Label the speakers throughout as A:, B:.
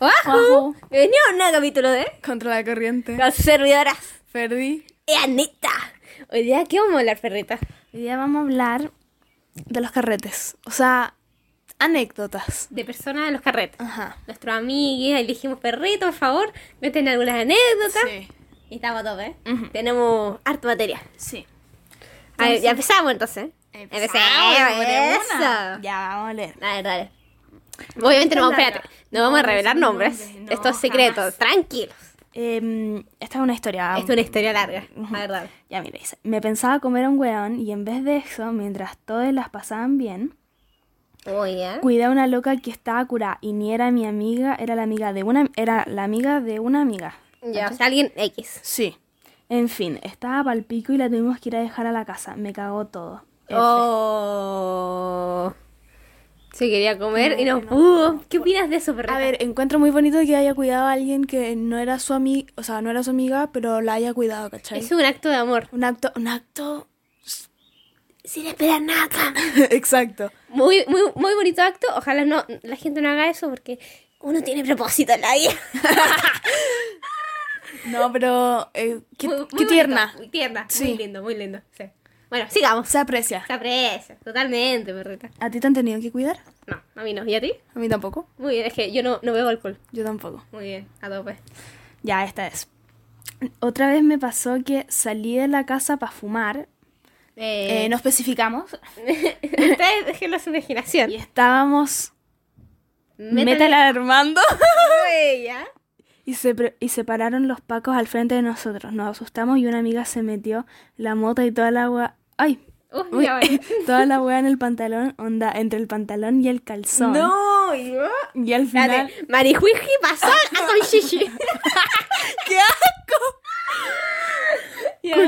A: ¡Wahoo! Bienvenido a un nuevo capítulo de
B: Contra la corriente.
A: Las servidoras.
B: Perdí.
A: ¡Eh, Anita! Hoy día, ¿qué vamos a hablar, perrita?
B: Hoy día vamos a hablar de los carretes. O sea, anécdotas.
A: De personas de los carretes.
B: Ajá.
A: Nuestros amigues, elegimos perrito, por favor. Meten algunas anécdotas.
B: Sí.
A: Y estamos a tope, ¿eh? Tenemos harto material.
B: Sí.
A: A ver, ya empezamos entonces.
B: Eh,
A: Empecemos, eso.
B: Ya vamos a leer.
A: Dale, dale. Obviamente no vamos,
B: larga.
A: espérate, no vamos a
B: No,
A: revelar
B: sin
A: nombres.
B: nombres, no,
A: Esto es secreto,
B: jamás.
A: tranquilos.
B: Em, esta es una historia.
A: Esto es una historia larga, la verdad.
B: Ya mira, dice, me pensaba comer a un weón y en vez de eso, mientras todas las pasaban bien,
A: Oye.
B: cuidé a una loca que estaba curada y ni era mi amiga, era la amiga de una, era la amiga de una amiga.
A: Ya, o sea, alguien X.
B: Sí. En fin, estaba pal pico y la tuvimos que ir a dejar a la casa. Me cagó todo. F.
A: Oh. Se quería comer y no pudo. ¿Qué opinas de eso, perrita?
C: A ver, encuentro muy bonito que haya cuidado a alguien que no era su amiga, o sea, no era su amiga, pero la haya cuidado, ¿cachai?
A: es un acto de amor.
C: Un acto, un acto,
A: Sin esperar nada.
C: exacto.
A: Muy, muy, muy bonito acto. Ojalá no la gente no haga eso porque uno tiene propósito en la vida.
C: No, pero eh, qué,
A: Muy- muy
C: qué
A: bonito,
C: tierna.
A: Muy tierna. Muy
C: Sí.
A: lindo, muy lindo. sí. Bueno, sigamos.
C: Se aprecia.
A: Se aprecia, totalmente, perrita.
C: ¿A ti te han tenido que cuidar?
A: No, a mí no. ¿Y a ti?
C: A mí tampoco.
A: Muy bien, es que yo no, no bebo alcohol.
C: Yo tampoco.
A: Muy bien, a tope.
B: Ya, esta es. Otra vez me pasó que salí de la casa para fumar.
A: Eh,
B: Eh, no especificamos.
A: Ustedes déjenlo a su imaginación.
B: Y estábamos metal
A: Métale-
B: armando.
A: Uy, ya.
B: Y se, pre- y se pararon los pacos al frente de nosotros. Nos asustamos y una amiga se metió la mota y toda la agua. ¡Ay!
A: Uy,
B: Uy,
A: ya vale.
B: toda la wea en el pantalón, onda, entre el pantalón y el calzón.
A: No, yo.
B: Y al final.
A: Espérate, Marijuiji pasó a Son Shishi. ¡Qué asco!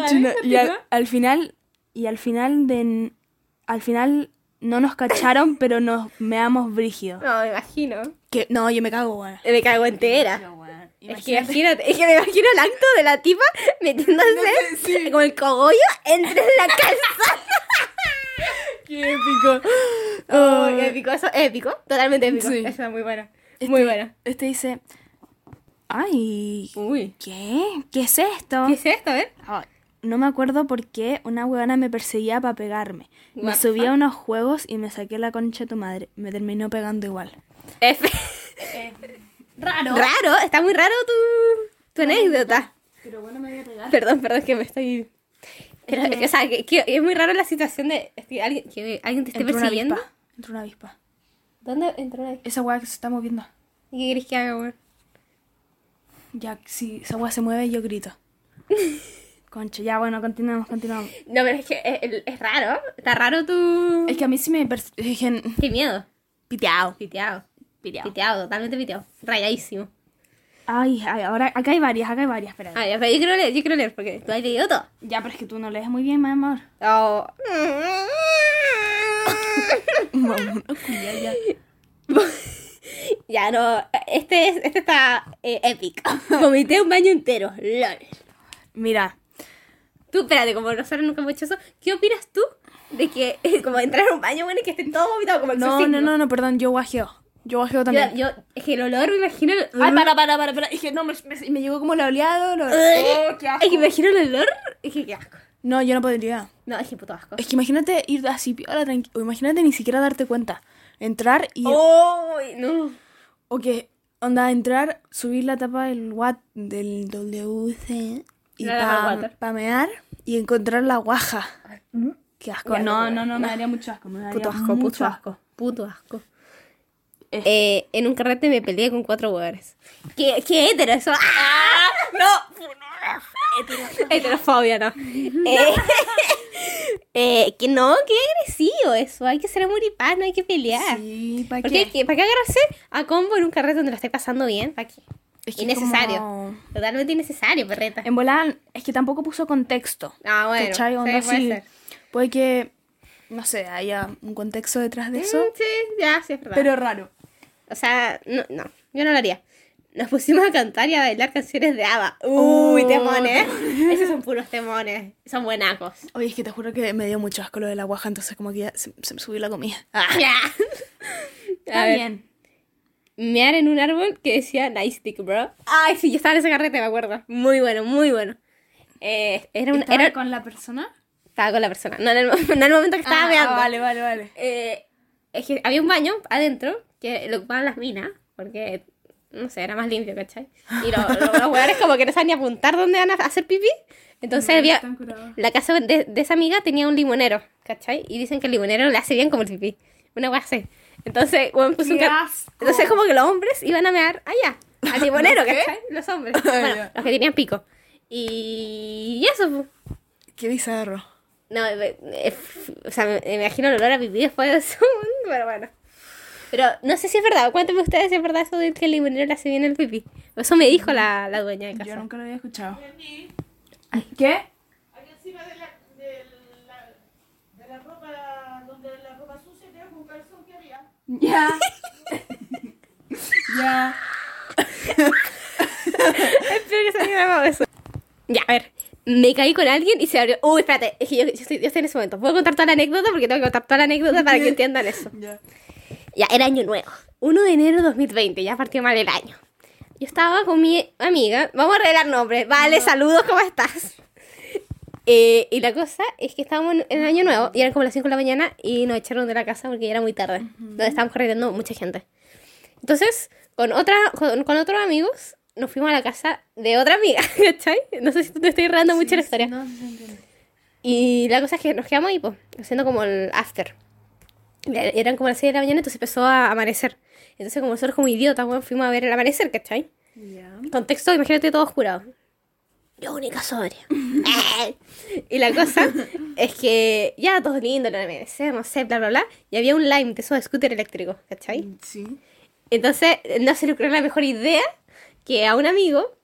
B: Cochino- y al, al final. Y al final de. n- Al final no nos cacharon, pero nos meamos brígido.
A: No, me imagino.
C: Que, no, yo me cago, weón.
A: Me cago entera. Es que, imagínate, es que me imagino el acto de la tipa metiéndose como el cogollo entre la calza.
C: Qué épico.
A: Oh, épico, eso, épico, totalmente épico.
C: Sí.
A: Eso es muy bueno.
B: Este-
A: Muy bueno.
B: Este dice. Ay,
A: Uy.
B: ¿qué? ¿Qué es esto?
A: ¿Qué es esto, eh?
B: Ay, Ah, No me acuerdo por qué una huevona me perseguía para pegarme.
A: What
B: Me
A: the
B: subí a unos juegos y me saqué la concha de tu madre. Me terminó pegando igual.
A: F.
B: Raro.
A: Raro, está muy raro tu, tu anécdota.
B: Pero bueno, me voy a pegar.
A: Perdón, perdón, que me estoy. Pero, o sea, que, que es muy raro la situación de es que alguien, que alguien te esté
C: Entró una
A: persiguiendo.
C: avispa. Entró una avispa.
A: ¿Dónde entró una avispa?
C: Esa weá que se está moviendo.
A: ¿Y qué querés que haga, weón?
C: Ya, si esa weá se mueve, yo grito.
B: Concha, ya bueno, continuamos, continuamos.
A: No, pero es que es, es raro. Está raro tu.
C: Es que a mí sí me persiguen.
A: Qué miedo.
C: Piteado.
A: Piteado. Piteado. totalmente piteado. Rayadísimo.
B: Ay, ay, ahora acá hay varias, acá hay varias, espera.
A: Ah, ya, pero yo quiero leer, yo quiero leer porque tú has leído todo.
B: Ya, pero es que tú no lees muy bien, mi amor.
A: Oh. ya no, este es, este está eh, épico. Vomité un baño entero, lol.
C: Mira,
A: Tú, espérate, como nosotros nunca hemos hecho eso, ¿qué opinas tú de que eh, como entrar a un baño bueno y que esté todo vomitado como el
C: no,
A: exorcismo?
C: no, no, no, perdón, yo guajeo. Yo guajeo también.
A: Yo, yo, es que el olor me imagino el...
C: Ay,
B: Mm.
C: para, para, para, para. Es que no, me, me- me llegó como la oleada. lo- Oh, qué asco.
A: Es que imagino el olor, es que qué asco.
C: No, yo no podría.
A: No, es que puto asco.
C: Es que imagínate ir así, piola, tranqui- o imagínate ni siquiera darte cuenta. Entrar y...
B: Oh.
A: Uy, no.
C: O que, onda, entrar, subir la tapa del Watt, del WC, y
A: La tapa del
C: pa,
A: water.
C: pamear, y encontrar la guaja. Qué asco.
B: mm. No, no, no, me daría mucho asco. Me daría
C: Puto asco,
B: mucho
C: puto
B: asco.
C: asco.
A: Puto asco.
B: Es-
A: Eh, en un carrete me peleé con cuatro jugadores. ¿Qué, qué hétero eso? ¡Ah! ¡No! Heterofobia, no. Eh, eh, que no, qué agresivo eso. Hay que ser amoripaz, no hay que pelear.
C: Sí, ¿para
A: ¿Por
C: qué?
A: qué? ¿Qué? ¿Para qué agarrarse a combo en un carrete donde lo esté pasando bien? ¿Para qué?
C: Es que
A: innecesario.
C: como-
A: Totalmente innecesario, perreta.
B: En volada, es que tampoco puso contexto.
A: Ah, bueno.
C: ¿Cachai?
A: sí,
C: Onda,
A: puede
C: sí.
A: ser.
C: Puede que, no sé, haya un contexto detrás de eso,
A: Mm, Sí, ya, sí, es verdad.
C: pero raro.
A: O sea, no, no, yo no lo haría. Nos pusimos a cantar y a bailar canciones de ABBA.
C: Oh,
A: Uy, temones. Esos son puros temones. Son buenacos.
C: Oye, es que te juro que me dio mucho asco lo de la guaja, entonces como que ya se, se me subió la comida.
A: Ya. A
B: Ah. Está
A: ver,
B: bien.
A: mear en un árbol que decía nice dick, bro. Ay, sí, yo estaba en ese carrete, me acuerdo. Muy bueno, muy bueno. Eh, era un,
B: ¿Estaba
A: era-
B: con la persona?
A: estaba con la persona, no en el, mo- no en el momento que estaba
B: Ah,
A: meando.
B: ah, vale, vale, vale.
A: Eh, es que había un baño adentro que lo ocupaban las minas, porque, no sé, era más limpio, ¿cachai? Y lo- lo- los hueones como que no saben ni apuntar dónde van a hacer pipí. Entonces había...
B: Están curados.
A: La casa de, de esa amiga tenía un limonero, ¿cachai? Y dicen que el limonero le hace bien como el pipí. Una wea así. Entonces, weón, puso un
B: ¡Qué
A: car-
B: asco!
A: Entonces, como que los hombres iban a mear allá, al limonero,
C: ¿Qué?
A: ¿cachai? Los hombres.
C: Ah,
A: Bueno,
C: ya.
A: los que tenían pico. Y eso, pues. pu.
C: Qué bizarro.
A: No, eh, eh, f- o sea, me, me imagino el olor a pipí después de eso. Pero bueno. Pero no sé si es verdad. Cuéntame ustedes si es verdad eso de que el limonero le hace bien el pipí. Eso me dijo la, la dueña de casa.
B: Yo nunca lo había escuchado. Ay, ¿Qué?
D: Ahí encima de la, de la, de la ropa, donde la ropa sucia tenía un calzón que había.
B: Ya. ya.
A: Espero que se haya grabado eso. Ya, a ver. Me caí con alguien y se abrió. Uy, espérate. Es que yo, yo estoy, yo estoy en ese momento. Puedo contar toda la anécdota porque tengo que contar toda la anécdota para que entiendan eso.
C: Ya.
A: Ya, era año nuevo. 1 de enero de 2020. Ya partió mal el año. Yo estaba con mi amiga. Vamos a revelar nombres. Vale, saludos, ¿cómo estás? Eh, y la cosa es que estábamos en- en el año nuevo y eran como las 5 de la mañana y nos echaron de la casa porque ya era muy tarde. Donde estábamos corriendo mucha gente. Entonces, con, otra, con, con otros amigos, nos fuimos a la casa de otra amiga, ¿cachai? No sé si te estoy errando mucho la historia. Y la cosa es que nos quedamos ahí, pues, haciendo como el after. Y Eh, Eran como las 6 de la mañana, entonces empezó a amanecer. Entonces, como nosotros como idiotas, weón, fuimos a ver el amanecer, ¿cachai? Contexto, imagínate todo oscurado. Yo única sobria. Eh. y la cosa es que ya todo lindo, el amanecer, no sé, bla, bla, bla. Y había un lime de esos scooter eléctricos, ¿cachai?
C: Sí.
A: Entonces, no se le ocurrió la mejor idea que a un amigo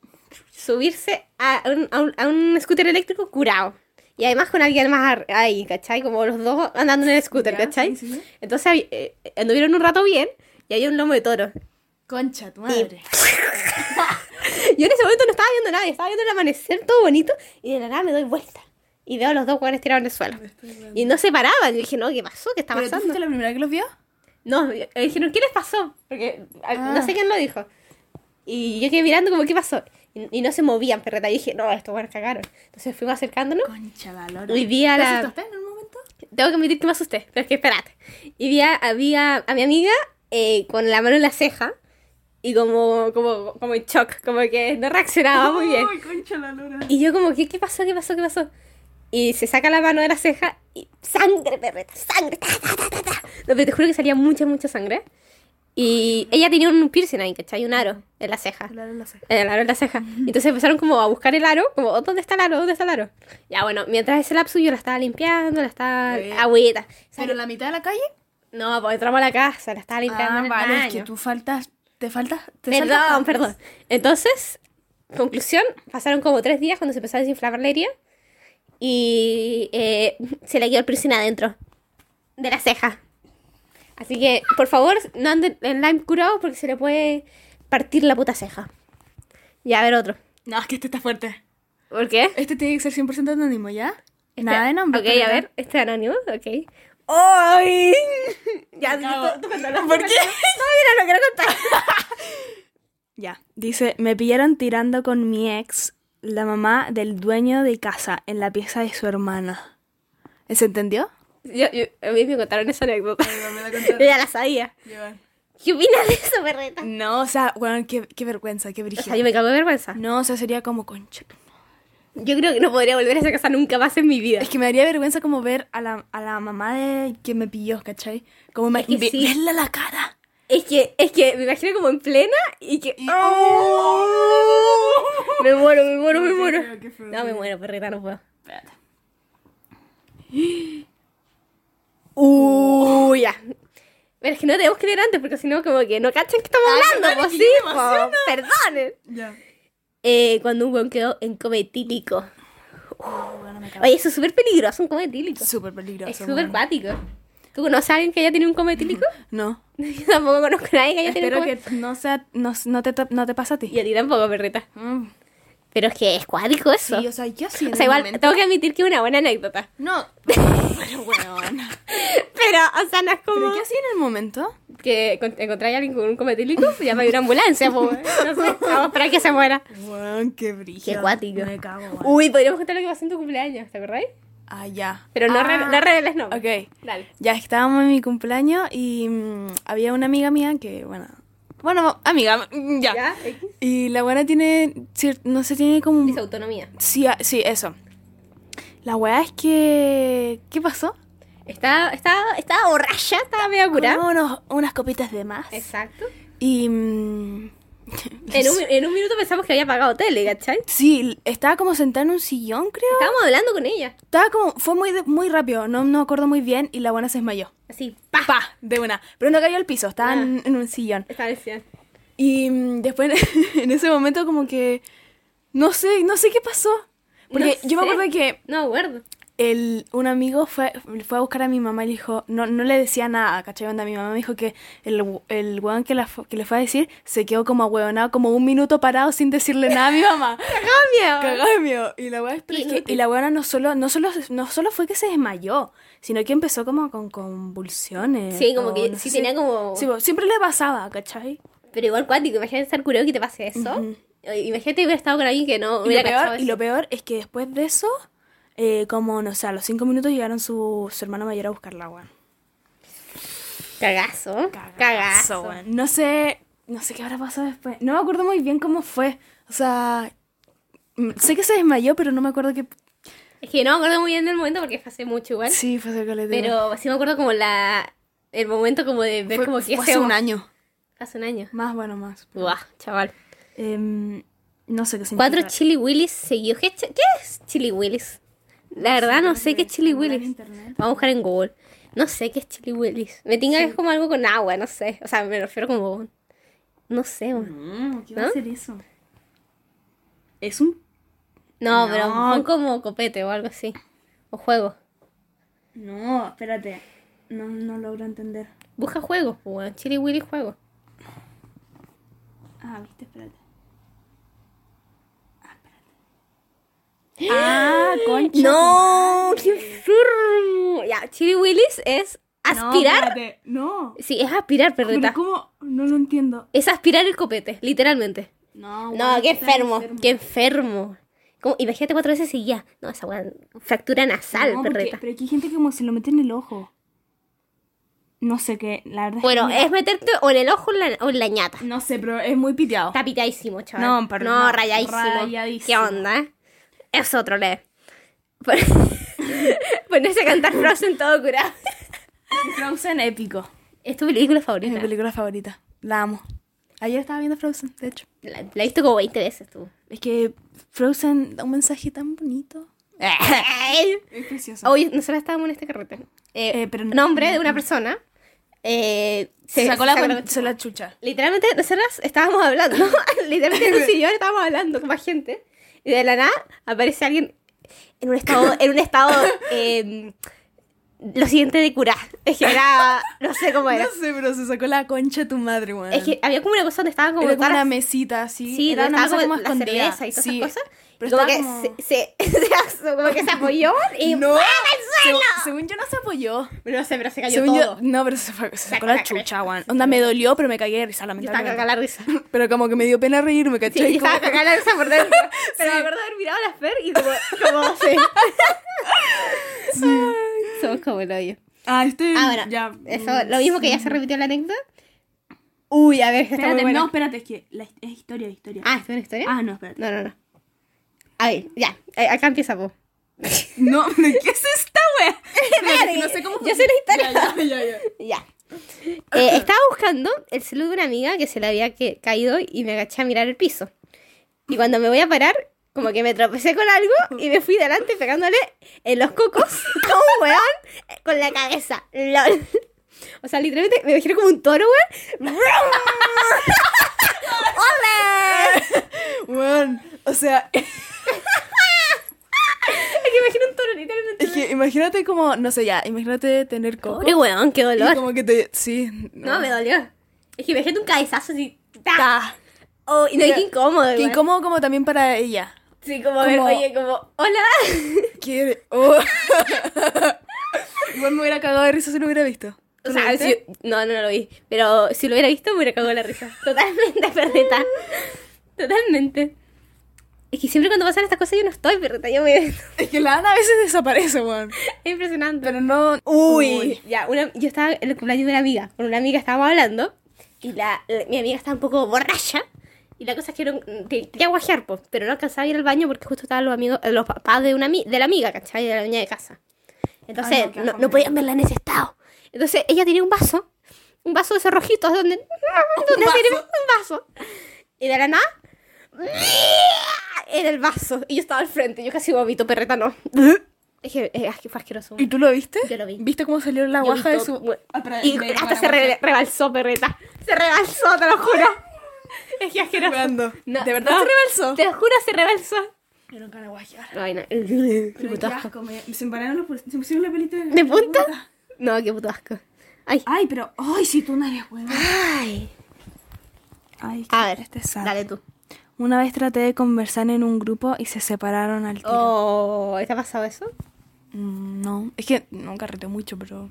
A: subirse a un, a un- a un scooter eléctrico curado. Y además con alguien más ar- ahí, ¿cachai? Como los dos andando en el scooter,
B: Ya,
A: ¿cachai?
B: sí, sí.
A: Entonces hab- eh, anduvieron un rato bien y había un lomo de toro.
C: Concha, tu madre.
A: Yo en ese momento no estaba viendo nada, yo estaba viendo el amanecer todo bonito y de la nada me doy vuelta. Y veo a los dos jugadores tirados en el suelo. Y no se paraban. Yo dije, no, ¿qué pasó? ¿Qué está
C: ¿Pero tú
A: pasando?
C: fuiste la primera que los vio?
A: No, me dijeron, ¿qué les pasó? Porque a- no
C: Ah.
A: sé quién lo dijo. Y yo quedé mirando como, ¿qué pasó? Y, y no se movían, perreta. Y dije, no, estos buenos cagaron. Entonces fuimos acercándonos.
C: Concha, la lora.
A: Y vi a
C: ¿Te
A: la...
C: asustaste en un momento?
A: Tengo que admitir que me asusté, pero es que espérate. Y vi a, había a mi amiga eh, con la mano en la ceja y como, como, como en shock, como que no reaccionaba muy bien.
B: Ay, concha la lora.
A: Y yo como, ¿qué, qué pasó? ¿Qué pasó? ¿Qué pasó? Y se saca la mano de la ceja y sangre, perreta, sangre. ta, ta, ta, ta, ta. No, pero te juro que salía mucha, mucha sangre. Y ella tenía un piercing ahí, ¿cachai? Un aro en la
B: Ah.
A: ceja.
C: La lora la saca.
A: En el aro en la ceja. Entonces empezaron como a buscar el aro, como, "Oh, ¿dónde está el aro? ¿Dónde está el aro? Ya, bueno, mientras ese lapso yo la estaba limpiando, la estaba...
C: Eh.
A: Agüita.
C: ¿Pero la mitad de la calle? Ah,
A: No, pues entramos a la casa, la estaba limpiando en el baño.
C: es que tú faltas... Te faltas... Te
A: Perdón,
C: saltas partes.
A: perdón. Entonces, conclusión, pasaron como tres días cuando se empezó a desinflamar la herida y eh, se le quedó el piercing adentro de la ceja. Así que, por favor, no anden en lime curado porque se le puede partir la puta ceja. Y a ver otro.
C: No, es que este está fuerte.
A: ¿Por qué?
C: Este tiene que ser 100% anónimo, ¿ya?
A: Este-
C: Nada de nombre.
A: Ok,
C: pero
A: a
C: ya.
A: ver, este anónimo, ok. ¡Ay! ya,
C: cago.
A: tú, tú cuéntalo, ¿Por qué? No, mira, no quiero contar.
B: Ya. Dice, me pillaron tirando con mi ex, la mamá del dueño de casa, en la pieza de su hermana.
C: ¿Se entendió?
A: Yo, yo- a mí me contaron esa anécdota.
C: me la
A: Yo ya la sabía. ¿Qué opinas de eso, perreta?
C: No, o sea, bueno, qué, qué vergüenza, qué
A: O sea,
C: vergüenza.
A: yo me cago de vergüenza.
C: No, o sea, sería como concha.
A: Yo creo que no podría volver a esa casa nunca más en mi vida.
C: Es que me daría vergüenza como ver a la, a la mamá de que me pilló, ¿cachai? Como me
A: Es que
C: ve-
A: sí.
C: verla la cara.
A: Es que, es que me imagino como en plena y que. ¡Oh!
C: ¡Oh!
A: Me muero, me muero, me muero. No, me muero, perreta, no puedo. Uy, ya. Pero es que no tenemos que leer antes porque si no, como que no cachan que estamos hablando, pues sí, po. Perdonen.
C: Ya.
A: Eh, cuando un weón quedó en cometílico.
C: Oh,
A: Oye, eso es súper peligroso, un cometílico.
C: Súper peligroso.
A: Es súper
C: bueno.
A: cuático. ¿Tú conoces a alguien que haya tenido un cometílico?
C: No.
A: Yo tampoco conozco a nadie que haya tenido
C: Espero
A: un
C: que no sea, no, no te, no te pasa a
A: Y
C: ti.
A: a ti tampoco, perrita.
C: Mm.
A: Pero es que es cuádico eso.
C: Sí, o sea, ¿qué hacía en
A: o sea,
C: el
A: igual
C: momento?
A: tengo que admitir que es una buena anécdota.
C: No, pero bueno.
A: Pero, o sea, no es como
C: ¿Pero qué hacía en el momento?
A: que con- encontráis a alguien con un pues cometílico, llama a una ambulancia, po, weón. no sé, vamos a esperar que se muera.
C: Bueno, qué brillo.
A: Qué cuático.
C: Me cago, weón.
A: Uy, podríamos contar lo que pasó en tu cumpleaños, ¿te acordáis?
C: Uh. Ah, ya.
A: Pero no,
C: Ah,
A: re- no reveles nombre.
C: Ok.
A: Dale.
C: Ya estábamos en mi cumpleaños y mm, había una amiga mía que, bueno. Bueno, amiga, mm, ya.
A: ¿Ya? X.
C: Y la buena tiene. cier- No sé, tiene como.
A: Dice
C: Un...
A: autonomía.
C: Sí, ah, sí, eso. La weá es que. ¿Qué pasó?
A: Estaba, estaba, estaba borracha, estaba medio curada.
C: Como unos- unas copitas de más.
A: Exacto.
C: Y. mm,
A: En un, en un minuto pensamos que había pagado tele, ¿cachai?
C: Sí, estaba como sentada en un sillón, creo.
A: Estábamos hablando con ella.
C: Estaba como. Fue muy, de- muy rápido, no me acuerdo muy bien. Y la buena se desmayó.
A: Así, pa.
C: ¡Pa! De una. Pero no cayó al piso, estaba
A: Ah.
C: en, en un sillón.
A: Estaba diciendo.
C: Y mm, después, en ese momento, como que. No sé, no sé qué pasó. Porque
A: No
C: yo me
A: sé.
C: acuerdo que
A: No, acuerdo.
C: el, un amigo fue, fue a buscar a mi mamá y le dijo. No, no le decía nada, ¿cachai? Onda, mi mamá me dijo que el, hu- el hueón que, la fu- que le fue a decir se quedó como ahueonado, como un minuto parado sin decirle nada a mi mamá. Cagado de miedo. Y la weá es- pero es que-
A: Inútil.
C: y la weona no solo, no solo, no solo fue que se desmayó, sino que empezó como con convulsiones.
A: Sí, como
C: o
A: que
C: no
A: sí
C: sé
A: tenía
C: si-
A: como-
C: Sí, pues, siempre le pasaba, ¿cachai?
A: Pero igual cuático, imagínate estar curado y que te pase eso. Oye, Imagínate que hubiera estado con alguien que no
C: Y lo,
A: hubiera cachado
C: peor, y
A: eso.
C: lo peor es que después de eso, eh, como, no sé, a los cinco minutos llegaron su, su hermano mayor a buscarla, weón.
A: Cagazo.
C: Cagazo,
A: Cagazo.
C: weón. No sé, no sé qué habrá pasado después. No me acuerdo muy bien cómo fue. O sea, mm, sé que se desmayó, pero no me acuerdo qué...
A: Es que no me acuerdo muy bien del momento porque fue hace mucho igual.
C: Sí, fue hace caleta.
A: Pero sí me acuerdo como la... El momento como de ver
C: Fue-
A: como que
C: fue hace un
A: año.
C: año.
A: Hace un año.
C: Más, bueno, más.
A: Buah, chaval.
C: Em, no sé qué significa.
A: Cuatro Chili Willys seguidos. ¿Qué, ch- qué es Chili Willys? La verdad no sé qué es Chili Willys. Vamos a buscar en Google. No sé qué es Chili Willys. Me tinga que es como algo con agua, no sé. O sea, me refiero como... No sé, weón.
C: ¿Qué
A: va a Mm, ¿No? ser
C: eso? Es un...
A: No,
C: No.
A: pero pon como copete o algo así. O juego.
C: No, espérate. No, no logro entender.
A: Busca juegos, pues, weón. Chili Willy juego.
C: Ah, viste, espérate. Ah, espérate. Ah, concha.
A: ¡No! ¡Qué enfermo! Ya, Chili Willy's es aspirar.
C: No.
A: sí, es aspirar, perrita.
C: ¿cómo? No lo entiendo.
A: Es aspirar el copete, literalmente.
C: No,
A: No, qué enfermo, qué enfermo. Como, imagínate cuatro veces y ya. No, esa weón. Fractura nasal, perreta.
C: pero aquí hay gente que como se lo mete en el ojo. No sé qué, la verdad.
A: Bueno,
C: es... que
A: es meterte o en el ojo o en la, o en la ñata.
C: no- No sé, pero es muy piteado.
A: Está pitadísimo, chaval.
C: No, pero
A: no,
C: no,
A: rayadísimo.
C: rayadísimo.
A: ¿Qué onda? eh? Es otro leer. Pon- Ponerse a cantar Frozen todo curado.
C: Frozen épico.
A: ¿Es tu película
C: Es mi
A: favorita?
C: película favorita. La amo. Ayer estaba viendo Frozen, de hecho.
A: La, la he visto como 20 veces tú.
C: Es que Frozen da un mensaje tan bonito. Es precioso.
A: Hoy nosotros estábamos en este carrete. Eh,
C: Eh, pero no-
A: nombre de una persona. eh,
C: se sacó la,
A: sacó
C: cuen- se la chucha.
A: Literalmente, nosotras estábamos hablando. Literalmente, en un sillón estábamos hablando con más gente. Y de la nada aparece alguien en un estado. En un estado eh, lo siguiente de curar. Es que era. No sé cómo era.
C: No sé, pero se sacó la concha de tu madre, weón.
A: Es que había como una cosa donde estaban como.
C: era como
A: todas
C: una
A: las-
C: mesita así.
A: Sí,
C: era
A: donde
C: una
A: estaba
C: mesa
A: como
C: como
A: la
C: escondida.
A: cerveza y todas
C: Sí,
A: esas cosas.
C: Pero
A: y como
C: estaba
A: que
C: como-
A: se, se- como que se apoyó y
C: No,
A: ¡fue
C: se-
A: al suelo!
C: según yo no se apoyó.
A: Pero no sé, pero se cayó
C: Según
A: todo.
C: yo, no, pero se, fue- se sacó
A: Saca
C: la
A: la
C: chucha,
A: cabeza.
C: weón. Onda, me dolió, pero me cagué de risa,
A: Yo estaba cagada
C: lamentablemente.
A: la risa. Sí,
C: Pero como que me dio pena reírme,
A: yo
C: ¿cachai?
A: estaba
C: Como-
A: cagada la risa por dentro. Pero me acuerdo haber mirado a la Fer y como, como sí. Somos como el hoyo.
C: Ah, este.
A: Ahora,
C: ya. mm,
A: eso, lo mismo que ya se repitió la anécdota. Uy, a ver, esta está muy
C: Espérate,
A: buena.
C: no, espérate, es que la- es historia, es historia.
A: Ah, ¿esto es una historia?
C: Ah, no, espérate.
A: No, no, no. A ver, ya. eh, Acá empieza vos.
C: No, ¿de qué es esta wea?
A: Espérate,
C: No sé cómo.
A: Yo sé la historia.
C: Ya, ya, ya, ya.
A: Ya. Eh, estaba buscando el celular de una amiga que se le había que- caído y me agaché a mirar el piso. Y cuando me voy a parar, como que me tropecé con algo y me fui delante pegándole en los cocos como un weón eh, con la cabeza. LOL. O sea, literalmente me imagino como un toro, weón. ¡Ole!
C: Weón, o sea,
A: Es que imagino un toro, literalmente.
C: es que imagínate como, no sé, ya, imagínate tener coco.
A: Pobre weón, qué
C: Y
A: dolor.
C: como que te. Sí.
A: No, me dolió. Es que imagínate un cabezazo así. ¡ta!
C: Ta.
A: Oh, y no, qué incómodo,
C: Qué
A: weón.
C: incómodo como también para ella.
A: Sí, como, a ver,
C: Como-
A: oye, como, hola.
C: ¿Qué? Oh. Igual me hubiera cagado de risa si lo hubiera visto.
A: O
C: ¿Tú lo
A: sea,
C: viste?
A: si- no, no, no lo vi. Pero si lo hubiera visto, me hubiera cagado la risa. Totalmente, perreta. Totalmente. Es que siempre cuando pasan estas cosas yo no estoy, perreta. Yo me... Es
C: Es que la Ana a veces desaparece, weón.
A: impresionante.
C: Pero no.
A: Uy, ya, una, yo estaba en el cumpleaños de una amiga, con una amiga estábamos hablando y la, la- mi amiga estaba un poco borracha y la cosa es que no, te- quería guajear, pues, pero no alcanzaba a ir al baño porque justo estaban los amigos, eh, los papás de una ami- de la amiga, ¿cachai? De la niña de casa. Entonces,
C: Ay, no, qué
A: no,
C: asco,
A: no
C: me
A: podían verla en ese estado. Entonces, ella tenía un vaso, un vaso de esos rojitos donde, donde tenía un vaso. Y de la nada, en el vaso. Y yo estaba al frente, yo casi vomito, perreta no. Es que, es que fue asqueroso.
C: ¿Y tú lo viste?
A: Yo lo vi.
C: ¿Viste cómo salió la
A: Yo he
C: guaja de
A: visto-
C: su. Ah, pero
A: Y
C: de- de
A: hasta
C: la
A: se
C: guaja.
A: re- rebalsó, perreta. Se rebalsó, te lo juro. Es que asqueroso.
C: Jugando.
A: No,
C: ¿De verdad
A: no.
C: se rebalsó?
A: Te lo juro, se rebalsó.
C: Yo no quiero guajear.
A: Ay, no.
C: Pero
A: Qué
C: qué
A: puto asco.
C: asco, me, se empanaron los pul- se pusieron la pelita
A: ¿De punta? No, qué puto asco. Ay.
C: Ay, pero, ay, si tú no eres huevón.
A: Ay.
B: Ay,
A: A ver,
B: este sad.
A: dale tú.
B: Una vez traté de conversar en un grupo y se separaron al tiro.
A: Oh, ¿te ha pasado eso?
C: Mm, No, es que no carreteo mucho, pero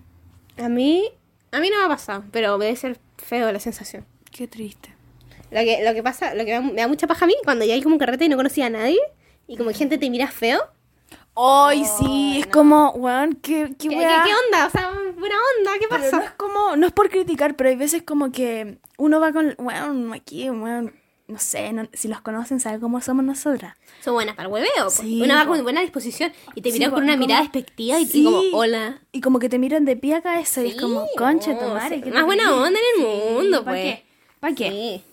A: A mí, a mí no me ha pasado, pero debe ser feo la sensación.
C: qué triste.
A: Lo que, lo que pasa, lo que me da- me da mucha paja a mí, cuando ya hay como un carrete y no conocía a nadie, y como gente te mira feo,
C: Ay, sí, es como, weón, qué, qué
A: Oh, ¿qué,
C: weá.
A: qué- qué onda? O sea, buena onda, ¿qué
C: Pero no es
A: pasa?
C: como, no es por criticar, pero hay veces como que uno va con, weón, aquí, weón, no sé, no- si los conocen saben cómo somos nosotras.
A: Son buenas para el hueveo. po.
C: Sí,
A: una va
C: po.
A: con buena disposición y te
C: Sí,
A: miran
C: po,
A: con una
C: como-
A: mirada despectiva y, y
C: Sí.
A: como, hola.
C: Y como que te miran de pie a cabeza y es
A: Sí,
C: como, concha,
A: no,
C: tu
A: sí,
C: madre. ¿qué
A: más
C: te
A: buena
C: crees?".
A: onda en el mundo,
C: ¿pa'
A: pues.
C: qué? ¿Para qué?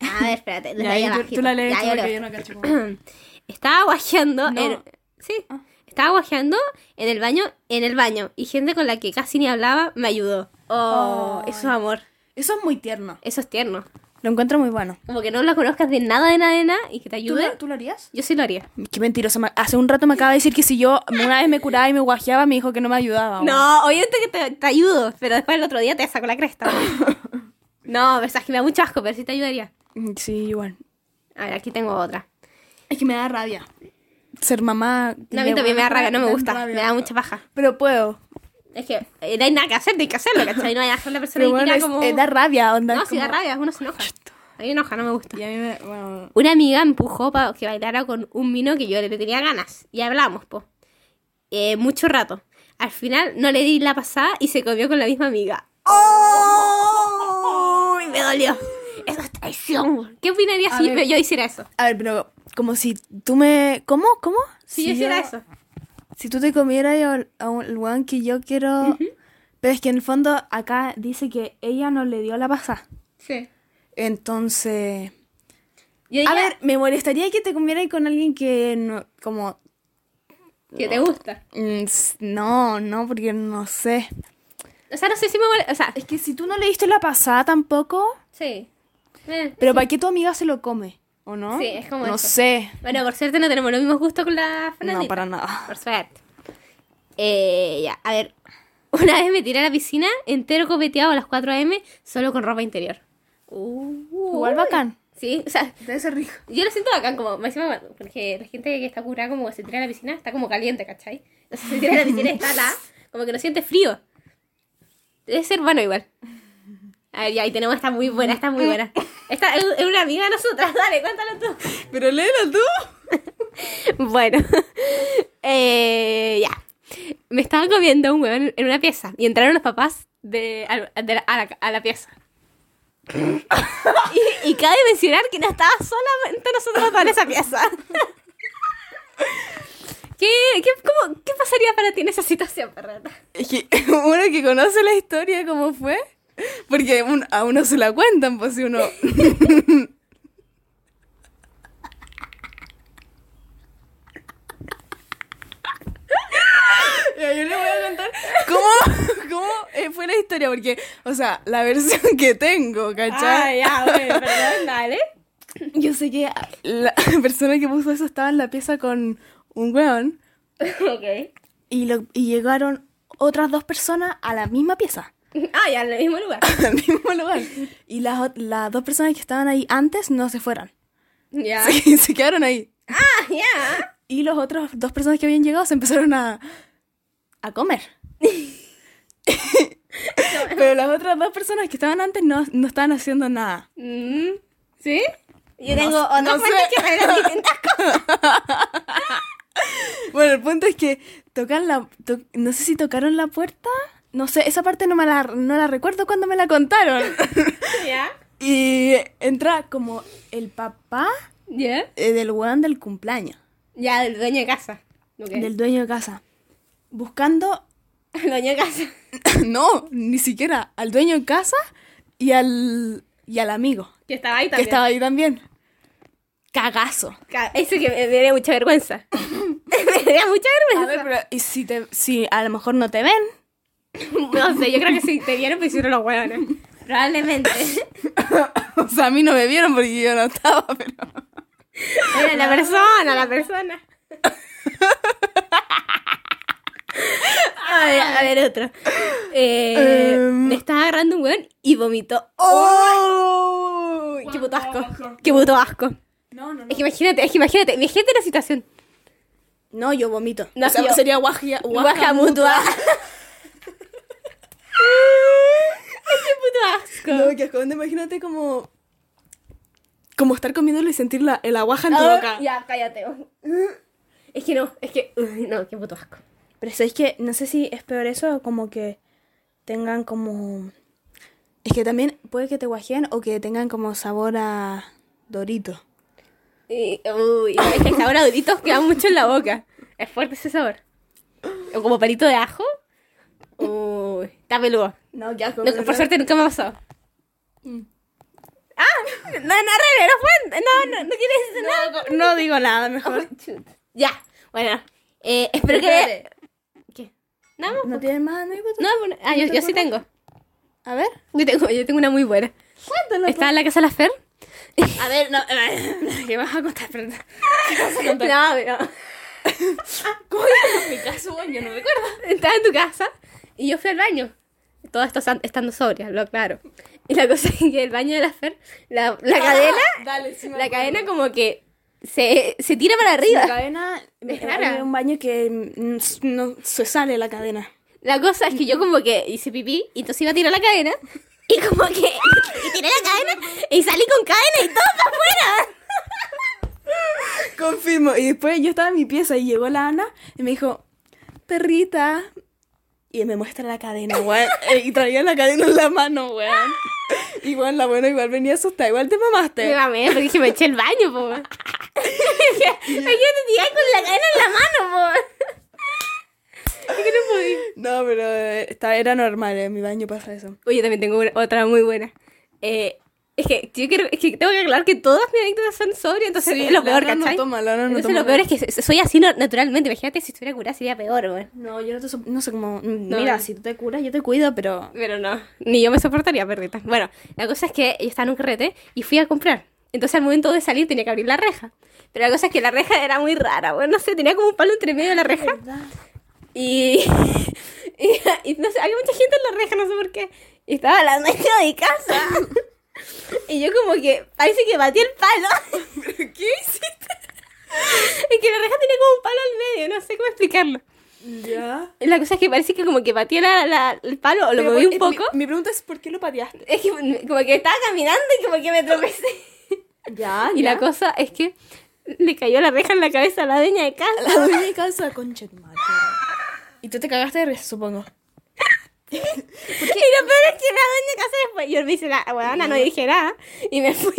A: Sí. A ver, espérate. desde
C: Ya,
A: ahí
C: y tú,
A: abajito.
C: tú la lees
A: Ya,
C: tú
A: yo
C: porque
A: leo.
C: yo no cacho cómo-
A: Estaba guajeando.
C: No. Ah.
A: en- Sí. Estaba guajeando en el baño, en el baño. Y gente con la que casi ni hablaba me ayudó. Oh, eso es amor.
C: Eso es muy tierno.
A: Eso es tierno.
C: Lo encuentro muy bueno.
A: Como que no la conozcas de nada, de nada, de nada y que te
C: ¿Tú
A: ayude.
C: lo, ¿Tú lo harías?
A: Yo sí lo haría.
C: Qué mentirosa. me- Hace un rato me acaba de decir que si yo una vez me curaba y me guajeaba, me dijo que no me ayudaba. weón.
A: No, obviamente que te, te ayudo, pero después el otro día te saco la cresta. no, pero sabes que me da mucho asco, pero sí te ayudaría.
C: Mm, Sí, igual.
A: A ver, aquí tengo otra.
C: Es que me da rabia. Ser mamá.
A: No, a mí también me da rabia, no me gusta,
C: rabia.
A: me da mucha paja.
C: Pero puedo.
A: Es que eh, no hay nada que hacer, no hay que hacerlo, ¿cachai? No hay que hacer la persona
C: Pero
A: y
C: bueno,
A: tira
C: es-
A: como...
C: eh, da rabia, onda.
A: no,
C: es
A: si da
C: como-
A: rabia, uno se enoja. A mí me enoja, no me gusta.
C: Y a mí me. Bueno,
A: Una amiga me empujó para que bailara con un vino que yo le tenía ganas. Y hablamos, po. Eh, mucho rato. Al final no le di la pasada y se comió con la misma amiga. ¡Oh! Me dolió. Eso es traición. ¿Qué opinarías si
C: ver.
A: yo hiciera eso?
C: a ver, pero como si tú me. ¿Cómo? ¿Cómo?
A: Si, yo hiciera eso.
C: Si tú te comieras al- a un el weón que yo quiero. Pero es que en el fondo acá dice que ella no le dio la pasada.
A: Sí.
C: Entonces. A ver, me molestaría que te comieras con alguien que no. Como.
A: que te gusta.
C: mm, s- No, no, porque no sé.
A: O sea, no sé si me molesta. O sea,
C: Es que si tú no le diste la pasada tampoco.
A: sí. Eh.
C: Pero ¿para qué tu amiga se lo come? ¿O no?
A: Sí, es como
C: No
A: eso.
C: sé.
A: Bueno, por suerte no tenemos los mismos gustos con la
C: No,
A: fanatita.
C: para nada.
A: Por suerte. Eh, ya, a ver. Una vez me tiré a la piscina entero copeteado a las 4 a.m. solo con ropa interior.
C: Igual bacán.
A: Sí, o sea,
C: Debe ser rico.
A: yo lo siento bacán como, más encima, porque la gente que está curada como se tira a la piscina está como caliente, ¿cachai? Entonces se tira a la piscina y está la, como que no siente frío. Debe ser bueno igual. A ver, ya, ahí tenemos esta muy buena, esta muy buena. Esta es es una amiga de nosotras, dale, cuéntalo tú.
C: Pero léelo tú.
A: Bueno, eh, ya. Me estaban comiendo un huevón en una pieza y entraron los papás de, al- de la- a, la, a la pieza. y, y cabe mencionar que no estaba solamente nosotros con esa pieza. ¿Qué, qué, cómo- qué pasaría para ti en esa situación, perrata?
C: Es que uno que conoce la historia, ¿cómo fue? Porque un- a uno se la cuentan, pues si uno. Ya, yo le voy a contar cómo, cómo eh, fue la historia, porque, o sea, la versión que tengo, ¿cachai?
A: Ah, ya, bueno, perdón, dale.
C: Yo sé que la persona que puso eso estaba en la pieza con un weón
A: ok.
C: y, lo, y llegaron otras dos personas a la misma pieza,
A: Ah, ya, en el mismo lugar.
C: al mismo lugar. Y las, ot- las dos personas que estaban ahí antes no se fueron.
A: Ya.
C: Se, se quedaron ahí.
A: Ah, ya.
C: Y los otros dos personas que habían llegado se empezaron a, a comer. Pero las otras dos personas que estaban antes no, no estaban haciendo nada.
A: Mm.
C: ¿Sí?
A: Yo tengo otras
C: no
A: fuentes que revelan distintas cosas.
C: Bueno, el punto es que tocan la... to- no sé si tocaron la puerta. No sé, esa parte no, me la, no la recuerdo cuando me la contaron.
A: ¿Ya?
C: y entra como el papá
A: ¿Ya?
C: eh, del weón del cumpleaños.
A: Ya, del dueño de casa. Ok.
C: Del dueño de casa. Buscando
A: El dueño de casa.
C: No, ni siquiera. Al dueño en casa y al, y al amigo.
A: Que estaba ahí
C: Que
A: también.
C: estaba ahí también. Cagazo.
A: Ca- Eso que me daría mucha vergüenza. me daría mucha
C: A
A: vergüenza.
C: ver, pero ¿y si, te, si a lo mejor no te ven?
A: No sé, yo creo que si te vieron, pues hicieron los huevones. Probablemente.
C: O sea, a mí no me vieron porque yo no estaba, pero...
A: Era la persona, la persona. A ver, a ver, otro. Eh,
C: Em.
A: Me estaba agarrando un hueón y vomitó.
C: ¡Oh!
A: Uy, ¡Qué puto asco! ¡Qué puto asco!
C: No, no,
A: Es que imagínate, es que imagínate, imagínate la situación.
C: No, yo vomito.
A: No,
C: o sea,
A: yo-
C: sería guaja, guaja
A: Baja mutua. ¡Qué puto asco!
C: No, que asco. Onda, Imagínate como... Como estar comiéndolo y sentir la, el aguaja en tu
A: Ah,
C: boca.
A: Ya, cállate. Es que no, es que. uy, No, qué puto asco.
B: Pero sabéis que no sé si es peor eso o como que tengan como.
C: Es que también puede que te guajeen o que tengan como sabor a dorito.
A: Y, uy, es que el sabor a doritos queda mucho en la boca. Es fuerte ese sabor. O como palito de ajo. Uy, está peludo.
C: No, qué asco.
A: No, por suerte nunca me ha pasado. Mm. ¡Ah! No, no, Rebe, no fue. No, no, no quieres decir nada.
C: No digo nada, mejor.
A: Ya, bueno. Eh, espero que.
C: Espérate.
A: ¿Qué? No,
C: ¿No tienes más anécdotas?
A: no, bueno, ah, yo, yo sí tengo.
C: A ver.
A: Yo tengo, yo tengo una muy buena. Estaba en la casa de la Fer.
C: A ver, no. eh, ¿Qué vas a contar? Perdón.
A: No, pero.
C: mi caso, bueno, yo no recuerdo.
A: Estaba en tu casa y yo fui al baño. Todo esto san- estando sobria, lo claro. Y la cosa es que el baño de la Fer, la, la cadena,
C: Dale, sí, me
A: la
C: acuerdo.
A: cadena como que se, se tira para
C: La
A: arriba.
C: cadena.
A: Es rara.
C: Hay un baño que mm, no se sale la cadena.
A: La cosa es que yo como que hice pipí y entonces iba a tirar la cadena y como que y tiré la cadena y salí con cadena y todo para afuera.
C: Confirmo. Y después yo estaba en mi pieza y llegó la Ana y me dijo, perrita. Y me muestra la cadena, weón. Eh, Y traía la cadena en la mano, weón. Y weón, la buena igual venía asustada. Igual te
A: Me
C: mamaste.
A: mamé porque dije, me eché el baño, po. Imagínate tirar con la cadena en la mano, po. Es que no podía.
C: No, pero eh, está, era normal. En mi baño pasa eso.
A: Oye, yo también tengo una- otra muy buena. Eh, es, que yo quiero- es que tengo que aclarar que todas mis anécdotas son sobrias, entonces es lo
C: la
A: peor,
C: Ana no
A: ¿cachai?
C: toma, la Ana no
A: entonces
C: toma
A: lo peor
C: nada.
A: es que so- soy así no- naturalmente. Imagínate si estuviera curada sería peor, weón.
C: No, yo no, te so- no sé cómo. mm,
A: No.
C: Mira, si tú te curas, yo te cuido, pero.
A: Pero no, ni yo me soportaría, perrita. Bueno, la cosa es que yo estaba en un carrete y fui a comprar. Entonces al momento de salir tenía que abrir la reja. Pero la cosa es que la reja era muy rara, weón. No sé, tenía como un palo entre medio de la reja. Y, y, y no sé, había mucha gente en la reja, no sé por qué. Y estaba la dueña de casa. y yo como que, parece que batí el palo. ¿Pero qué hiciste? es que la reja tenía como un palo al medio, no sé cómo explicarlo.
C: Ya.
A: La cosa es que parece que como que batí la- la- el palo o lo moví un poco.
C: eh, Mi, pregunta es: ¿por qué lo pateaste?
A: Es que pues, me- como que estaba caminando y como que me tropecé.
C: Ya,
A: y la cosa es que le cayó la reja en la cabeza a la dueña de casa.
C: La dueña de casa, concha de tu madre. Y tú te cagaste de risa, supongo.
A: Y lo peor es que la dueña de casa después, yo me hice la huevona, no dije nada, y me fui.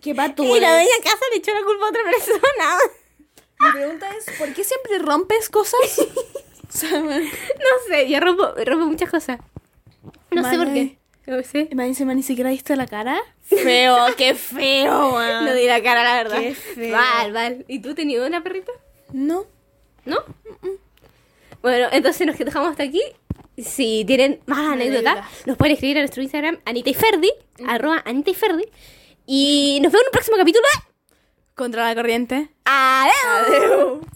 C: ¿Qué va tú?
A: Y la dueña de casa le echó la culpa a otra persona.
C: Mi pregunta es: ¿por qué siempre rompes cosas? O sea, man-
A: No sé, yo rompo, rompo muchas cosas. No sé por qué.
C: Vale.
A: No sé.
C: man, encima ni siquiera diste la cara. Feo, qué feo, man.
A: No di la cara, la verdad.
C: Qué feo.
A: Val, val. ¿Y tú tenías una perrita?
C: No.
A: ¿No? Bueno, entonces nos dejamos hasta aquí. Si tienen más anécdotas, nos pueden escribir a nuestro Instagram, Anita y Ferdi, arroba Anita y Ferdi. Y nos vemos en un próximo capítulo.
C: Contra la corriente.
A: ¡Adiós!